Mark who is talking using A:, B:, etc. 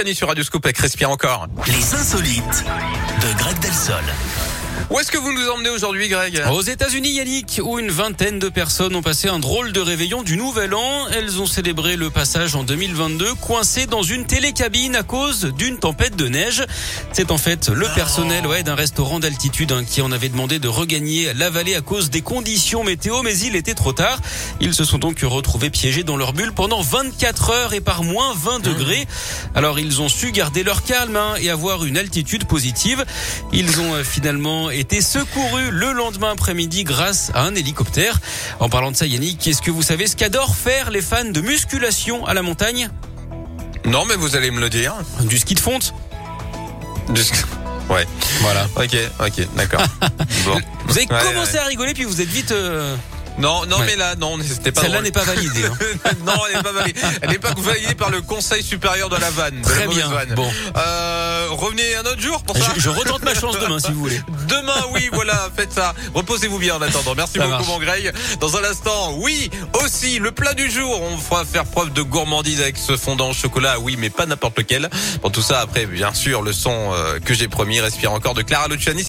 A: Annie sur Radio Scoop avec Respire encore.
B: Les insolites de Greg Delsol.
A: Où est-ce que vous nous emmenez aujourd'hui, Greg
C: Aux États-Unis, Yannick, où une vingtaine de personnes ont passé un drôle de réveillon du Nouvel An, elles ont célébré le passage en 2022 coincées dans une télécabine à cause d'une tempête de neige. C'est en fait le personnel ouais, d'un restaurant d'altitude hein, qui en avait demandé de regagner la vallée à cause des conditions météo, mais il était trop tard. Ils se sont donc retrouvés piégés dans leur bulle pendant 24 heures et par moins 20
A: Mmh.
C: degrés. Alors ils ont su garder leur calme hein, et avoir une altitude positive. Ils ont euh, finalement été secourus le lendemain après-midi grâce à un hélicoptère. En parlant de ça, Yannick, est-ce que vous savez ce qu'adorent faire les fans de musculation à la montagne
A: Non, mais vous allez me le dire.
C: Du ski de fonte
A: Du sk- Ouais.
C: Voilà.
A: Ok, ok, d'accord. Bon.
C: Vous avez
A: Ouais,
C: commencé
A: ouais.
C: à rigoler puis vous êtes vite... euh,
A: Non, non,
C: Ouais.
A: mais là, non, c'était pas.
C: Celle-là
A: drôle.
C: n'est pas validée. hein.
A: non, elle n'est pas validée. Elle n'est pas validée par le Conseil supérieur de la vanne. de la
C: Très
A: mauvaise
C: bien.
A: vanne.
C: Bon.
A: Euh, revenez un autre jour pour ça.
C: Je, je retente ma chance demain si vous voulez.
A: Demain, oui, voilà, faites ça. Reposez-vous bien en attendant. Merci
C: Ça
A: beaucoup,
C: marche.
A: mon Greg. Dans un instant, oui, aussi, le plat du jour. On fera faire preuve de gourmandise avec ce fondant au chocolat, oui, mais pas n'importe lequel. Pour tout ça, après, bien sûr, le son euh, que j'ai promis, respire encore de Clara Luciani.